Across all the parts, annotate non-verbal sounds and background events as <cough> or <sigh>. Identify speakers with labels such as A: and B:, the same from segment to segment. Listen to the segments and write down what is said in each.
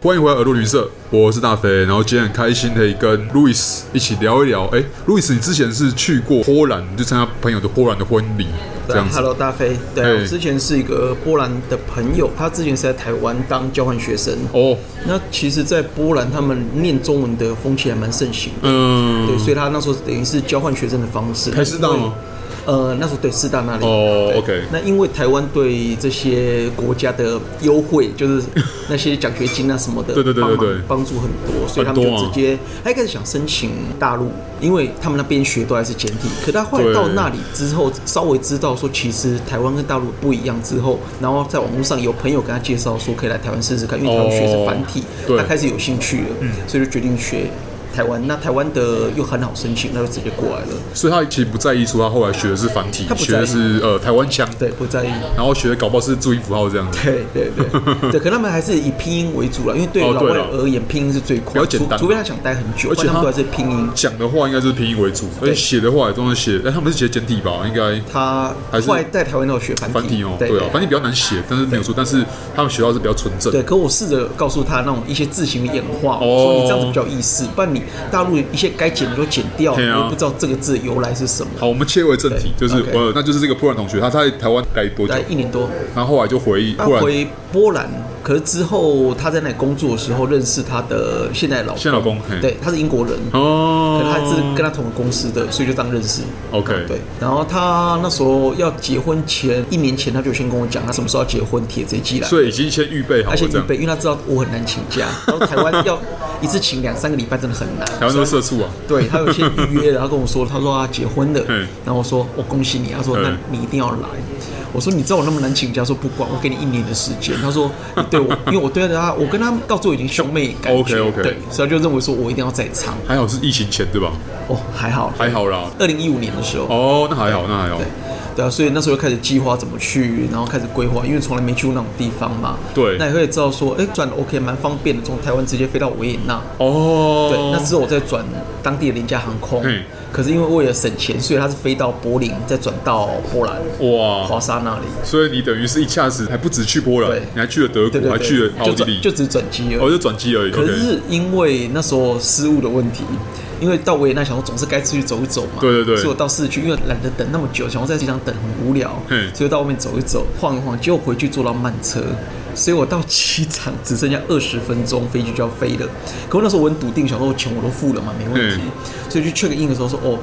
A: 欢迎回来耳朵旅社，我是大飞。然后今天很开心可以跟 Louis 一起聊一聊。哎，Louis，你之前是去过波兰，你就参加朋友的波兰的婚礼，这
B: 对
A: 样
B: 啊
A: 子。
B: ，Hello 大飞，对啊、
A: 哎
B: 我之前是一个波兰的朋友，他之前是在台湾当交换学生。
A: 哦，
B: 那其实，在波兰他们念中文的风气还蛮盛行的，
A: 嗯，
B: 对，所以他那时候等于是交换学生的方式。
A: 台师大吗
B: 因为？呃，那时候对师大那里。
A: 哦
B: 对
A: OK
B: 那因为台湾对这些国家的优惠，就是那些奖学金啊什么
A: <laughs>
B: 的，
A: 对对对对对
B: 帮忙帮助很多，所以他们
A: 很
B: 就
A: 多啊
B: 直接他一开始想申请大陆，因为他们那边学都还是简体，可他后来
A: 对
B: 到那里之后，稍微知道说其实台湾跟大陆不一样之后，然后在网络上有朋友跟他介绍说可以来台湾试试看，因为台湾学是繁体，
A: 哦对
B: 他开始有兴趣了，
A: 嗯
B: 所以就决定学。台湾那台湾的又很好申请，那就直接过来了。
A: 所以他其实不在意说他后来学的是繁体
B: 他，不在意
A: 学的是呃台湾腔，
B: 对，不
A: <laughs>
B: 在意。
A: 然后学的搞不好是注音符号这样子。
B: 对对对对，可他们还是以拼音为主了，因为对
A: 哦
B: 老
A: 对
B: 外
A: 啦
B: 而言，拼音是最快，
A: 比较简单
B: 除除非他想待很久，
A: 而且
B: 不然他们
A: 他
B: 都还是拼音。
A: 讲的话应该是拼音为主，而且写的话也都是写，哎，他们是写简体吧？应该
B: 他
A: 还是
B: 后来在台湾都有学繁体，
A: 繁体哦，
B: 对
A: 对啊，繁体比较难写，但是没有错，但是他们学校是比较纯正。
B: 对，可我试着告诉他那种一些字形的演化，
A: 哦
B: 我说你这样子比较有意思，不然你大陆一些该剪的都剪掉，
A: 对啊
B: 我也不知道这个字的由来是什么。
A: 好，我们切回正题，就
B: 对
A: 是
B: OK
A: 呃，那就是这个波兰同学，他在台湾待多久
B: 大？概一年多，
A: 然后后来就回
B: 他
A: 波兰，
B: 啊回波兰，可是之后他在那里工作的时候认识他的现在的老
A: 现在老公，嘿，
B: 对，他是英国人，
A: 哦，
B: 可他是跟他同个公司的，所以就当认识。
A: OK，
B: 对，然后他那时候要结婚前一年前，他就先跟我讲他什么时候要结婚，帖直接寄来。
A: 所以已经先预备好
B: 而
A: 了
B: 且
A: 这
B: 预
A: 样，
B: 备，因为他知道我很难请假，然后台湾要一次请两三个礼拜真的很难。
A: <laughs> 台湾都是社畜啊，
B: 对他有先预约，然后跟我说，他说他结婚了
A: 嗯，
B: 然后我说我恭喜你，他说
A: 嗯
B: 那你一定要来。我说你知道我那么难请假，说不管，我给你一年的时间。他说你
A: <laughs>
B: 对我，因为我对他，我跟他到最后已经兄妹感觉
A: OK，OK
B: 对，所以他就认为说我一定要再唱。
A: 还好是疫情前对吧？
B: 哦，还好，
A: 还好啦，
B: 二零一五年的时候，
A: 哦，那还好，那还好
B: 对，对啊，所以那时候就开始计划怎么去，然后开始规划，因为从来没去过那种地方嘛。
A: 对
B: 那也会知道说，哎、转的 OK，蛮方便的，从台湾直接飞到维也纳。
A: 哦，
B: 对，那之后我再转当地的廉价航空
A: 嗯。
B: 可是因为为了省钱，所以它是飞到柏林，再转到波兰华
A: 哇，
B: 沙那里。
A: 所以你等于是一下子还不止去波兰
B: 对，
A: 你还去了德
B: 对
A: 国，
B: 对
A: 还
B: 对，
A: 去了奥
B: 就
A: 地
B: 转
A: 利，
B: 就只转机而
A: 哦，
B: 已。
A: 就转机而已。
B: 可
A: OK，
B: 是因为那时候失误的问题，因为到维也纳想说总是该出去走一走嘛，
A: 对对对
B: 所以我到市区，因为懒得等那么久，想要在机场等很无聊
A: 嘿，
B: 所以到外面走一走，晃一晃，结果回去坐到慢车，所以我到机场只剩下二十分钟，飞机就要飞了。可我那时候我很笃定，想说我钱我都付了嘛，没问题，
A: 嗯
B: 所以去 check in 的时候说哦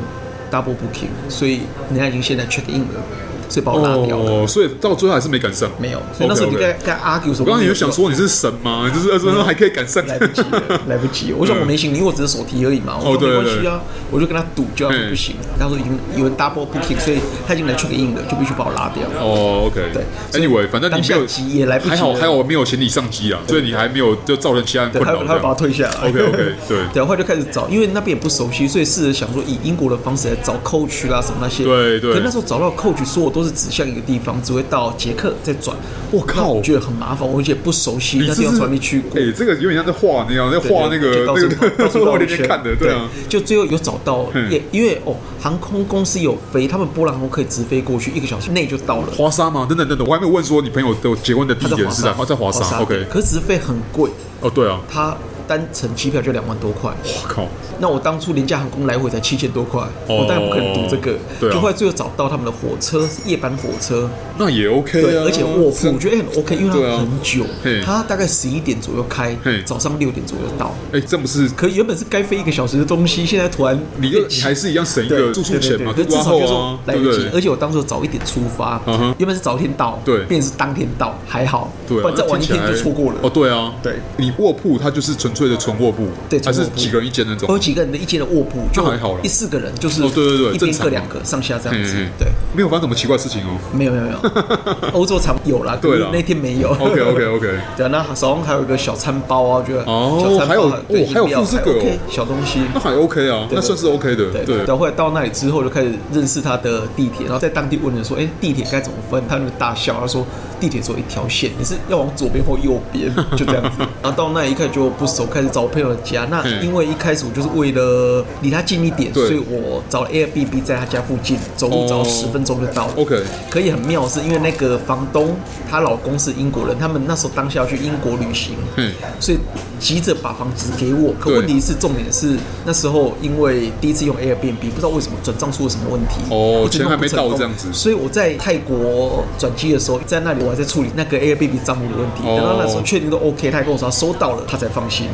B: ，double booking，所以人家已经现在 check in 了，所以把我拉掉了，
A: 哦，所以到最后还是没赶上。
B: 没有，所以那时候你
A: OK，OK
B: 该该 argue 什么？
A: 我刚刚有想说你是神吗？就是二十分钟还可以赶上，
B: 来不及了，来不及了。我想我没行李，因为我只是手提而已嘛。
A: 哦
B: 我说
A: 对
B: 没
A: 对
B: 关系啊，我就跟他赌，就要
A: 嗯
B: 说不行。他说已经有人 double booking，所以他已经来 check in 了，就必须把我拉掉。
A: 哦，OK，
B: 对所以
A: Anyway，反正你
B: 当
A: 没
B: 下
A: 有
B: 急也来不及
A: 还
B: 了
A: 好还好我没有行李上机啊，所以你还没有就造成其他人
B: 对，
A: 困扰
B: 他会他会
A: 这
B: 把
A: 样。
B: 他推下来。
A: OK，OK，对
B: <laughs> 对，后来就开始找，因为那边也不熟悉，所以试着想说以英国的方式来找 coach 啦什么那些。
A: 对对
B: 可那时候找到 coach，所有都是指向一个地方，只会到捷克再转。我
A: 靠
B: 我觉得很麻烦，我而且不熟悉，
A: 你
B: 那
A: 这
B: 地方
A: 是
B: 从来没去过。
A: 哎，这个有点像在画那样，在
B: 对
A: 画那
B: 就
A: 个
B: 到
A: 那
B: 处
A: <laughs>
B: 跑到处
A: 个
B: 绕
A: 我
B: 一
A: 那
B: 圈
A: 天看的，对
B: 对
A: 啊。
B: 就最后有找到，
A: 嗯
B: 也因为哦，航空公司有飞，他们波兰航空可以直飞过去，一个小时内就到了。
A: 华沙吗？等等等等，我还没有问说你朋友的结婚的地
B: 他在
A: 点
B: 华
A: 哦是在啊哦
B: 沙，
A: 在华沙。
B: 对
A: OK，
B: 可是直飞很贵，
A: 哦，对啊，
B: 它单程机票就两万多块。
A: 我靠，
B: 那我当初廉价航空来回才七千多块，我当然不可能赌这个。
A: 哦对啊
B: 就后来最后找到他们的火车，夜班火车，
A: 那也 OK
B: 对，
A: 啊。
B: 而且卧铺，我觉
A: 得
B: 得很 OK，因为
A: 对啊
B: 它很久
A: 嘿，
B: 它大概十一点左右开
A: 嘿，
B: 早上六点左右到。
A: 哎，这不是
B: 可原本是该飞一个小时的东西，现在突然
A: 你
B: 变
A: 又你
B: 急
A: 还是一样省一个住宿钱嘛，
B: 对对对
A: 跟
B: 可至
A: 挖
B: 少
A: 后
B: 就
A: 啊
B: 说，来
A: 对
B: 得
A: 不
B: 及。而
A: 对？
B: 且我当时早一点出发
A: 嗯哼，
B: 原本是早一天到，
A: 对
B: 变成是当天到，还好，
A: 对
B: 不
A: 啊，
B: 然再晚一天
A: 那听
B: 就
A: 起来
B: 错过了。
A: 哦，对啊，
B: 对，
A: 你卧铺它就是纯粹的纯卧铺，
B: 对
A: 还
B: 纯
A: 是
B: 卧铺
A: 几个人一间那
B: 我有
A: 种？
B: 几个人的一间的卧铺，就
A: 那还好啦
B: 一四个人，就是
A: 哦对对对
B: 一
A: 正
B: 边
A: 常
B: 各两个上下这样子
A: 嗯嗯，
B: 对。
A: 没有发生什么奇怪的事情哦。
B: 没有没有没有，
A: <laughs>
B: 欧洲常有啦，
A: 对
B: 可
A: 啦
B: 是那天没有。
A: OK OK OK，
B: <laughs> 对啊，那手上还有一个小餐包啊，我觉得
A: 哦
B: 小餐包
A: 还有
B: 对
A: 哦还有
B: 饮料
A: 附这个哦
B: OK，小东西，
A: 那还 OK 啊，
B: 对
A: 那算是 OK 的。
B: 对，
A: 对
B: 然，后后来到那里之后，就开始认识他的地铁，然后在当地问人说：“哎，地铁该怎么分？”他们就大笑，他说：“地铁只有一条线，你是要往左边或右边，就这样
A: <laughs>
B: 子。然后到那一刻就不熟，开始找朋友的家。那
A: 嗯
B: 因为一开始我就是为了离他近一点，
A: 对
B: 所以我找了 Airbnb 在他家附近，走路只要
A: 哦
B: 十分钟就到了。
A: OK
B: 可以很妙，是因为那个房东她老公是英国人，他们那时候当下要去英国旅行，
A: 嗯
B: 所以急着把房子给我。可
A: 对
B: 问题是，重点是那时候因为第一次用 Airbnb，不知道为什么转账出了什么问题，
A: 哦
B: 一直弄
A: 钱还
B: 不成
A: 没到
B: 功
A: 这样子
B: 所以我在泰国转机的时候，在那里我还在处理那个 Airbnb 账户的问题。
A: 哦
B: 等到那时候确定都 OK，他还跟我说他收到了，他才放心，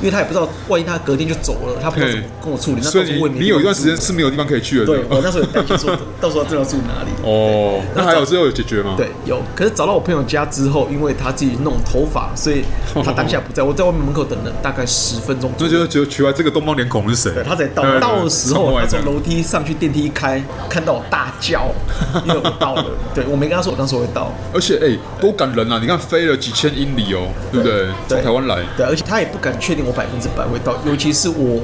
B: 因为他也不知道万一他隔天就走了，他不知道怎么跟我处理。那到时
A: 所
B: 候
A: 以你
B: 我也没
A: 你有一
B: 地方
A: 段时间
B: 住
A: 是没有地方可以去的，
B: 对
A: 吧
B: 我那时候有担心说，到时候真的要住哪里？
A: 哦，那还好最后有解决吗？
B: 对，有。可是找到我朋友家之后，因为他自己弄头发，所以他当下不
A: <laughs>
B: 在，我在外面门口等了大概十分钟左
A: 那
B: 右。
A: 就就奇怪，这个东方脸孔是谁
B: 对，？他才到
A: 对。对
B: 到的时候，
A: 冲过
B: 他
A: 来这
B: 从
A: 样
B: 楼梯上去，电梯一开，看到我大
A: <laughs>
B: 叫，因为我到了。对我没跟他说我那时候会到，
A: 而且哎、多感人啊！你看飞了几千英里哦，对不对？从台湾来，
B: 对，而且他也不敢确定我百分之百会到，尤其是我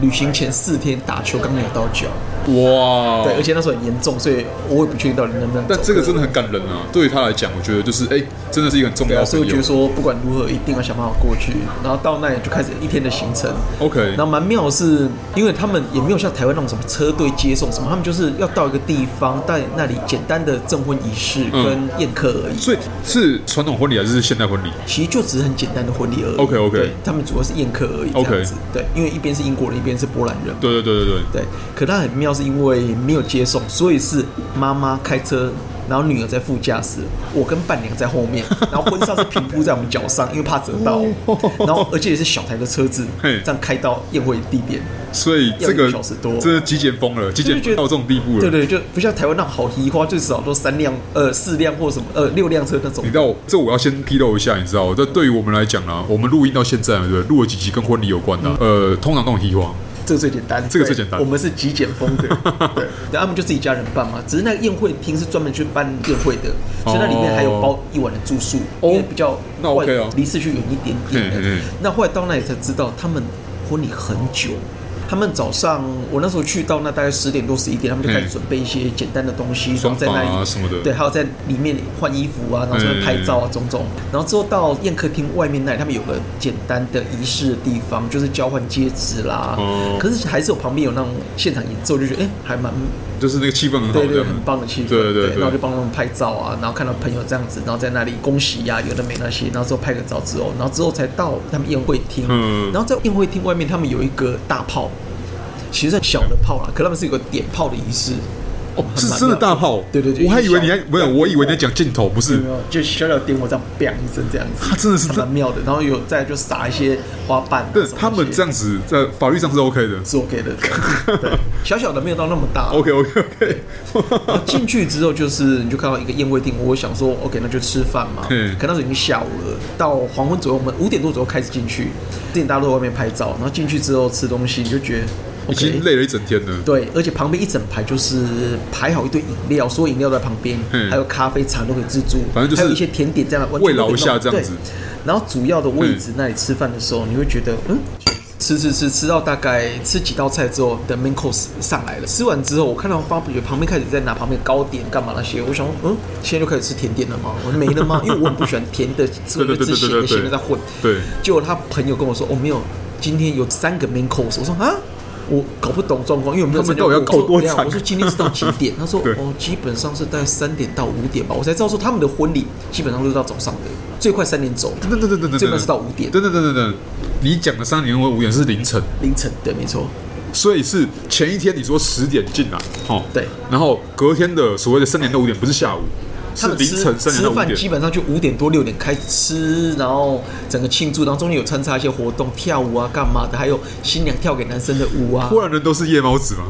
B: 旅行前四天打球刚扭到脚，
A: 哇！
B: 对，而且那时候很严重，所以我也不确定到底能不能走。
A: 哦但这个真的很感人啊！对于他来讲，我觉得就是哎、真的是一个很重
B: 对
A: 要
B: 啊，
A: 的
B: 所以
A: 朋
B: 我觉
A: 友
B: 得。说，不管如何，一定要想办法过去。然后到那里就开始一天的行程。
A: OK
B: 然后蛮妙的是，因为他们也没有像台湾那种什么车队接送什么，他们就是要到一个地方，在那里简单的证婚仪式
A: 嗯
B: 跟宴客而已。
A: 所以是传统婚礼还是现代婚礼？
B: 其实就只是很简单的婚礼而已。
A: OK，OK
B: 对他们主要是宴客而已这样子。
A: OK
B: 对，因为一边是英国人，一边是波兰人。
A: 对对对对对。
B: 对，可他很妙，是因为没有接送，所以是妈妈开车，然后女儿在副驾驶，我跟伴娘在后面， <laughs> 然后婚纱是平铺在我们脚上，因为怕折
A: <laughs>
B: 到，然后而且也是小台的车子，
A: 哦嘿
B: 这样开到宴会地点，
A: 所以这
B: 要一
A: 个
B: 个小时多
A: 真的极简风了，极
B: 就
A: 简
B: 是觉得
A: 到这种地步了。
B: 对对，就不像台湾那种好移花，最少都三辆、呃四辆或什么呃六辆车那种
A: 你。知道，这我要先披露一下，你知道，这对于我们来讲啊，我们录音到现在，对不对？录了几集跟婚礼有关的啊、
B: 嗯
A: 呃，通常那种移花，
B: 这个最简单，
A: 这个
B: 对
A: 最简单
B: 我们是极简风
A: <laughs>
B: 的，对，然后他们就自己家人办嘛。只是那个宴会厅是专门去办宴会的，所以那里面还有包一晚的住宿，
A: 哦
B: 因为比较
A: 那 OK 嗯哦
B: 离市区远一点点
A: 嘿嘿
B: 的
A: 嘿。
B: 那后来到那里才知道，他们婚礼很久。他们早上，我那时候去到那大概十点多十一点，他们就开始
A: 嘿
B: 准备一些简单的东西，然
A: 妆
B: 后在那里
A: 嗯发啊什么的
B: 对，还有在里面换衣服啊，然后在那边拍照啊，种种。然后之后到宴客厅外面那里，他们有个简单的仪式的地方，就是交换戒指啦。
A: 哦
B: 可是还是有旁边有那种现场演奏，就觉得哎、还蛮
A: 就是那个气氛很好，
B: 对
A: 这
B: 对，
A: 样
B: 很棒的气氛。
A: 对对
B: 然后就
A: 对。
B: 帮他们拍照啊，然后看到朋友这样子，然后在那里恭喜呀、有的没那些，然后之后拍个照之后，然后之后才到他们宴会厅。
A: 嗯
B: 然后在宴会厅外面，他们有一个大炮，其实是小的炮啦，可他们是有个点炮的仪式。
A: 哦，
B: 很
A: 是
B: 蛮
A: 真的
B: 妙
A: 大炮，
B: 对对对，
A: 我还以为你还
B: 小
A: 没有，我以为你在讲镜头，不是
B: 有没有？就小小点火这样 bang 一声这样子，
A: 他啊真的是
B: 还蛮妙的。然后有再就撒一些花瓣、啊，
A: 对，
B: 什么
A: 他们
B: 东西
A: 这样子在法律上是 OK 的。
B: 是 OK 的，对
A: <laughs>
B: 对，小小的没有到那么大。
A: OK OK OK，
B: 然后进去之后就是你就看到一个宴会厅，我想说 OK 那就吃饭嘛，
A: 嗯
B: 可那时候已经下午了，到黄昏左右，我们五点多左右开始进去，之前大家都在外面拍照，然后进去之后吃东西，你就觉得
A: 已
B: OK。
A: 经累了一整天了。
B: 对，而且旁边一整排就是排好一堆饮料，所有饮料都在旁边，
A: 嗯
B: 还有咖啡、茶都可以自助，
A: 反正就是
B: 还有一些甜点这样，完全
A: 慰劳
B: 都可以弄
A: 一下这样子
B: 对然后主要的位置那里吃饭的时候，你会觉得嗯。吃吃吃吃到大概吃几道菜之后，的 main course 上来了。吃完之后，我看到发觉旁边开始在拿旁边糕点干嘛那些，我想说嗯，现在就开始吃甜点了吗？我说没
A: <laughs>
B: 了吗？因为我很不喜欢甜的，吃完就吃咸的，咸的在混。
A: 对
B: 结果他朋友跟我说：“哦，没有，今天有三个 main course。”我说：“啊，我搞不懂状况，因为我没有
A: 他们
B: 参加过。”
A: 到底要搞多
B: 我说
A: 长
B: 我说：“今天是到几点？”他说：“
A: 对
B: 哦，基本上是大概三点到五点吧。”我才知道说他们的婚礼基本上都是到早上的，最快三点走，
A: 等等等等等等，
B: 最慢是到五点
A: 等等等等等，你讲的三点或五点是凌晨，
B: 凌晨。对，没错，
A: 所以是前一天你说十点进来，哦，
B: 对，
A: 然后隔天的所谓的三点到五点不是下午，
B: 他
A: 是
B: 们
A: 凌
B: 吃
A: 晨三点
B: 吃
A: 到五
B: 饭基
A: 点。
B: 本上就五点多六点开始吃，然后整个庆祝，然后中间有穿插一些活动，跳舞啊干嘛的，还有新娘跳给男生的舞啊。
A: 波兰人都是夜猫子吗？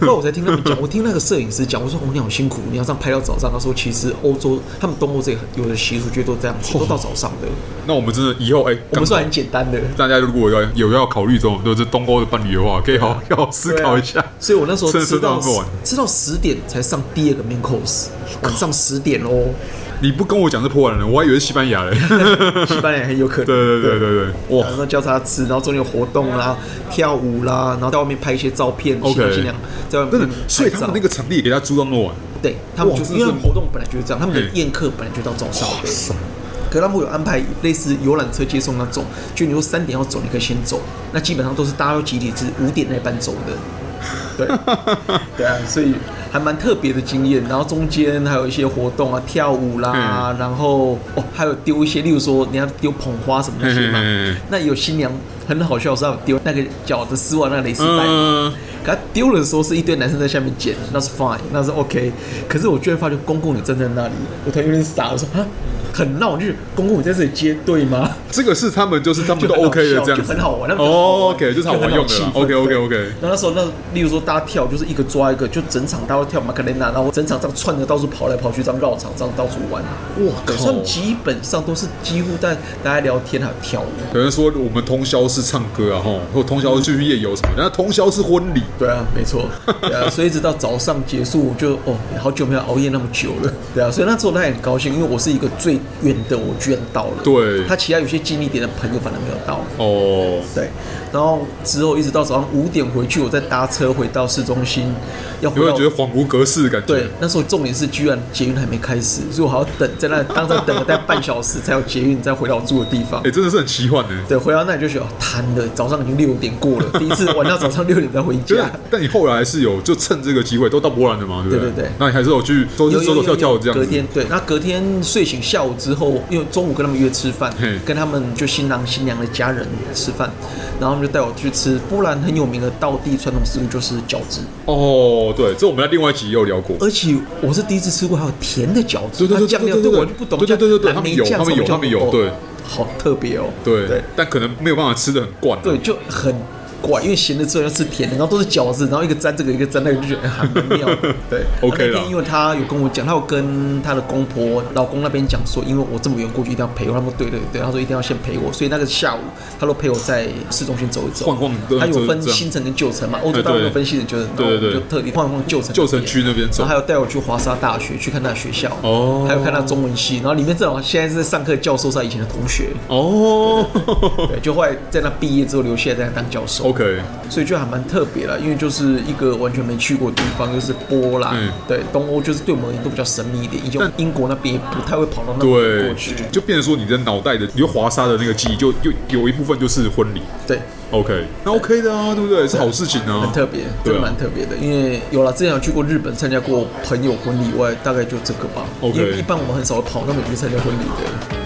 B: 后来我才听他们讲，我 <laughs> 听那个摄影师讲，我说：“哦，你好辛苦，你要这样拍到早上。”他说：“其实欧洲他们东欧这里很有的习俗，就都这样子，都到早上的。
A: 那我们真的以后哎，
B: 我
A: 刚
B: 们算啊很简单的，
A: 大家如果要有要考虑这种就是东欧的伴侣的话，可以好好要思考一下。
B: 啊所以我那时候
A: 真的
B: 吃
A: 是
B: 到
A: 这么晚
B: 吃到十点才上第二个 main
A: <laughs>
B: course，晚上十点哦，
A: <laughs> 你不跟我讲是波兰人，我还以为是西班牙
B: <laughs>
A: 人。
B: 西班牙也很有可能。
A: 对对对对对， <laughs> 哇
B: 然！后交叉吃，然后中间有活动啦、跳舞啦，然后在外面拍一些照片，
A: OK
B: 新娘新娘在外面
A: 真
B: 拍
A: 的
B: 照，，
A: 所以他们那个场地也给他租到那么晚，
B: 对他们就
A: 哇
B: 是
A: 真
B: 因
A: 的是
B: 为他们活动本来就是这样，他们的
A: 嘿
B: 宴客本来就到早上。对
A: 塞
B: 可他们会有安排类似游览车接送那种，就你说三点要走，你可以先走。那基本上都是大家都集体是五点那班走的。对，对啊，所以还蛮特别的经验。然后中间还有一些活动啊，跳舞啦，然后哦，还有丢一些，例如说你要丢捧花什么那些嘛。
A: 嘿嘿嘿嘿
B: 那有新娘很好笑，是她有丢那个饺子丝袜那个蕾丝带。
A: 嗯，
B: 可他丢的时候是一堆男生在下面捡，那是 fine，那是 OK。可是我居然发觉公公你站在那里，我突然有点傻，我说啊，很闹，就是公公你在这里接对吗？ <laughs>
A: 这个是他们就是他们
B: 就
A: 都
B: 很好
A: OK 的
B: 笑
A: 这样子，
B: 就很好玩。那种
A: 哦，OK，就是好玩用的
B: 气
A: 啦
B: 氛。
A: OK，OK，OK。
B: 那那时候，那例如说大家跳，就是一个抓一个，就整场大家都跳马格雷娜，然后整场这样窜着到处跑来跑去，这样绕场，这样到处玩。
A: 哇靠
B: 算基本上都是几乎在大家聊天还有跳舞。
A: 有人说我们通宵是唱歌啊，吼，或通宵是去夜游什么，但通宵是婚礼。
B: 对啊，没错，对
A: <laughs>
B: 啊，所以一直到早上结束，我就哦，好久没有熬夜那么久了，对啊，所以那时候他也很高兴，因为我是一个最远的，我居然到了，
A: 对
B: 他其他有些近一点的朋友反而没有到，
A: 哦，
B: 对，然后之后一直到早上五点回去，我再搭车回到市中心，
A: 有
B: 要回
A: 没
B: 到
A: 有觉得恍如隔世的感觉？
B: 对，那时候重点是居然捷运还没开始，所以我还要等在那当场等了大概半小时才有捷运，再回到我住的地方
A: 哎、。真的是很奇幻呢。
B: 对，回到那里就觉得哦瘫了，早上已经六点过了，第一次玩到早上六点才回
A: <laughs> 就是
B: 家。，
A: 但你后来还是有就趁这个机会都到波兰了嘛，对不对？
B: 对对对
A: 那你还是有去走
B: 有
A: 走
B: 有
A: 走跳
B: 有
A: 跳这样
B: 隔
A: 子。
B: 天对，那隔天睡醒下午之后，因为中午跟他们约吃饭
A: 嘿，
B: 跟他们就新郎新娘的家人吃饭，然后他们就带我去吃波兰很有名的道地传统食物，就是饺子。
A: 哦，对，这我们在另外一集也有聊过。
B: 而且我是第一次吃过，还有甜的饺子，
A: 对对对
B: 它酱料
A: 对对对
B: 我就不懂，
A: 对对对对对
B: 蓝莓
A: 他们有
B: 酱
A: 他们有
B: 什么
A: 他们有
B: 酱哦
A: 对
B: 好特别哦，
A: 对，
B: 对
A: 但可能没有办法吃的很惯、啊。
B: 对，就很怪，因为咸的之后要吃甜的，然后都是饺子，然后一个沾这个，一个沾那个，就觉得很妙
A: <laughs>
B: 的。对
A: OK
B: 那
A: 啦
B: 天因为他有跟我讲，他有跟他的公婆、老公那边讲说，因为我这么远过去一定要陪我，他们对对对，他说一定要先陪我，所以那个下午他都陪我在市中心走一走，
A: 晃晃的
B: 他有分
A: 这样
B: 新城跟旧城嘛，欧
A: 哎
B: 洲大陆
A: 对
B: 有分新城旧城，
A: 对对对
B: 然后我就特地晃一晃旧城那边
A: 旧城区那边走
B: 然后还有带我去华沙大学去看他的学校，
A: 哦
B: 还有看他中文系，然后里面正好现在是在上课的教授是他以前的同学， <laughs>
A: 哦 <laughs>
B: 对，就后来在那毕业之后留下来在那当教授。
A: ，OK，
B: 所以就还蛮特别啦，因为就是一个完全没去过的地方，就是波兰，
A: 嗯
B: 对，东欧就是对我们而言都比较神秘一点，以前英国那边也不太会跑到那边
A: 对
B: 过去，，
A: 就变成说你的脑袋的，你就华沙的那个记忆，就又有一部分就是婚礼。
B: 对，
A: OK，那 OK 的啊，对不对？是好事情啊，
B: 很特别，
A: 对
B: 真
A: 啊
B: 的蛮特别的。因为有了之前有去过日本参加过朋友婚礼以外，大概就这个吧。
A: OK
B: 因为一般我们很少会跑那么远去参加婚礼的。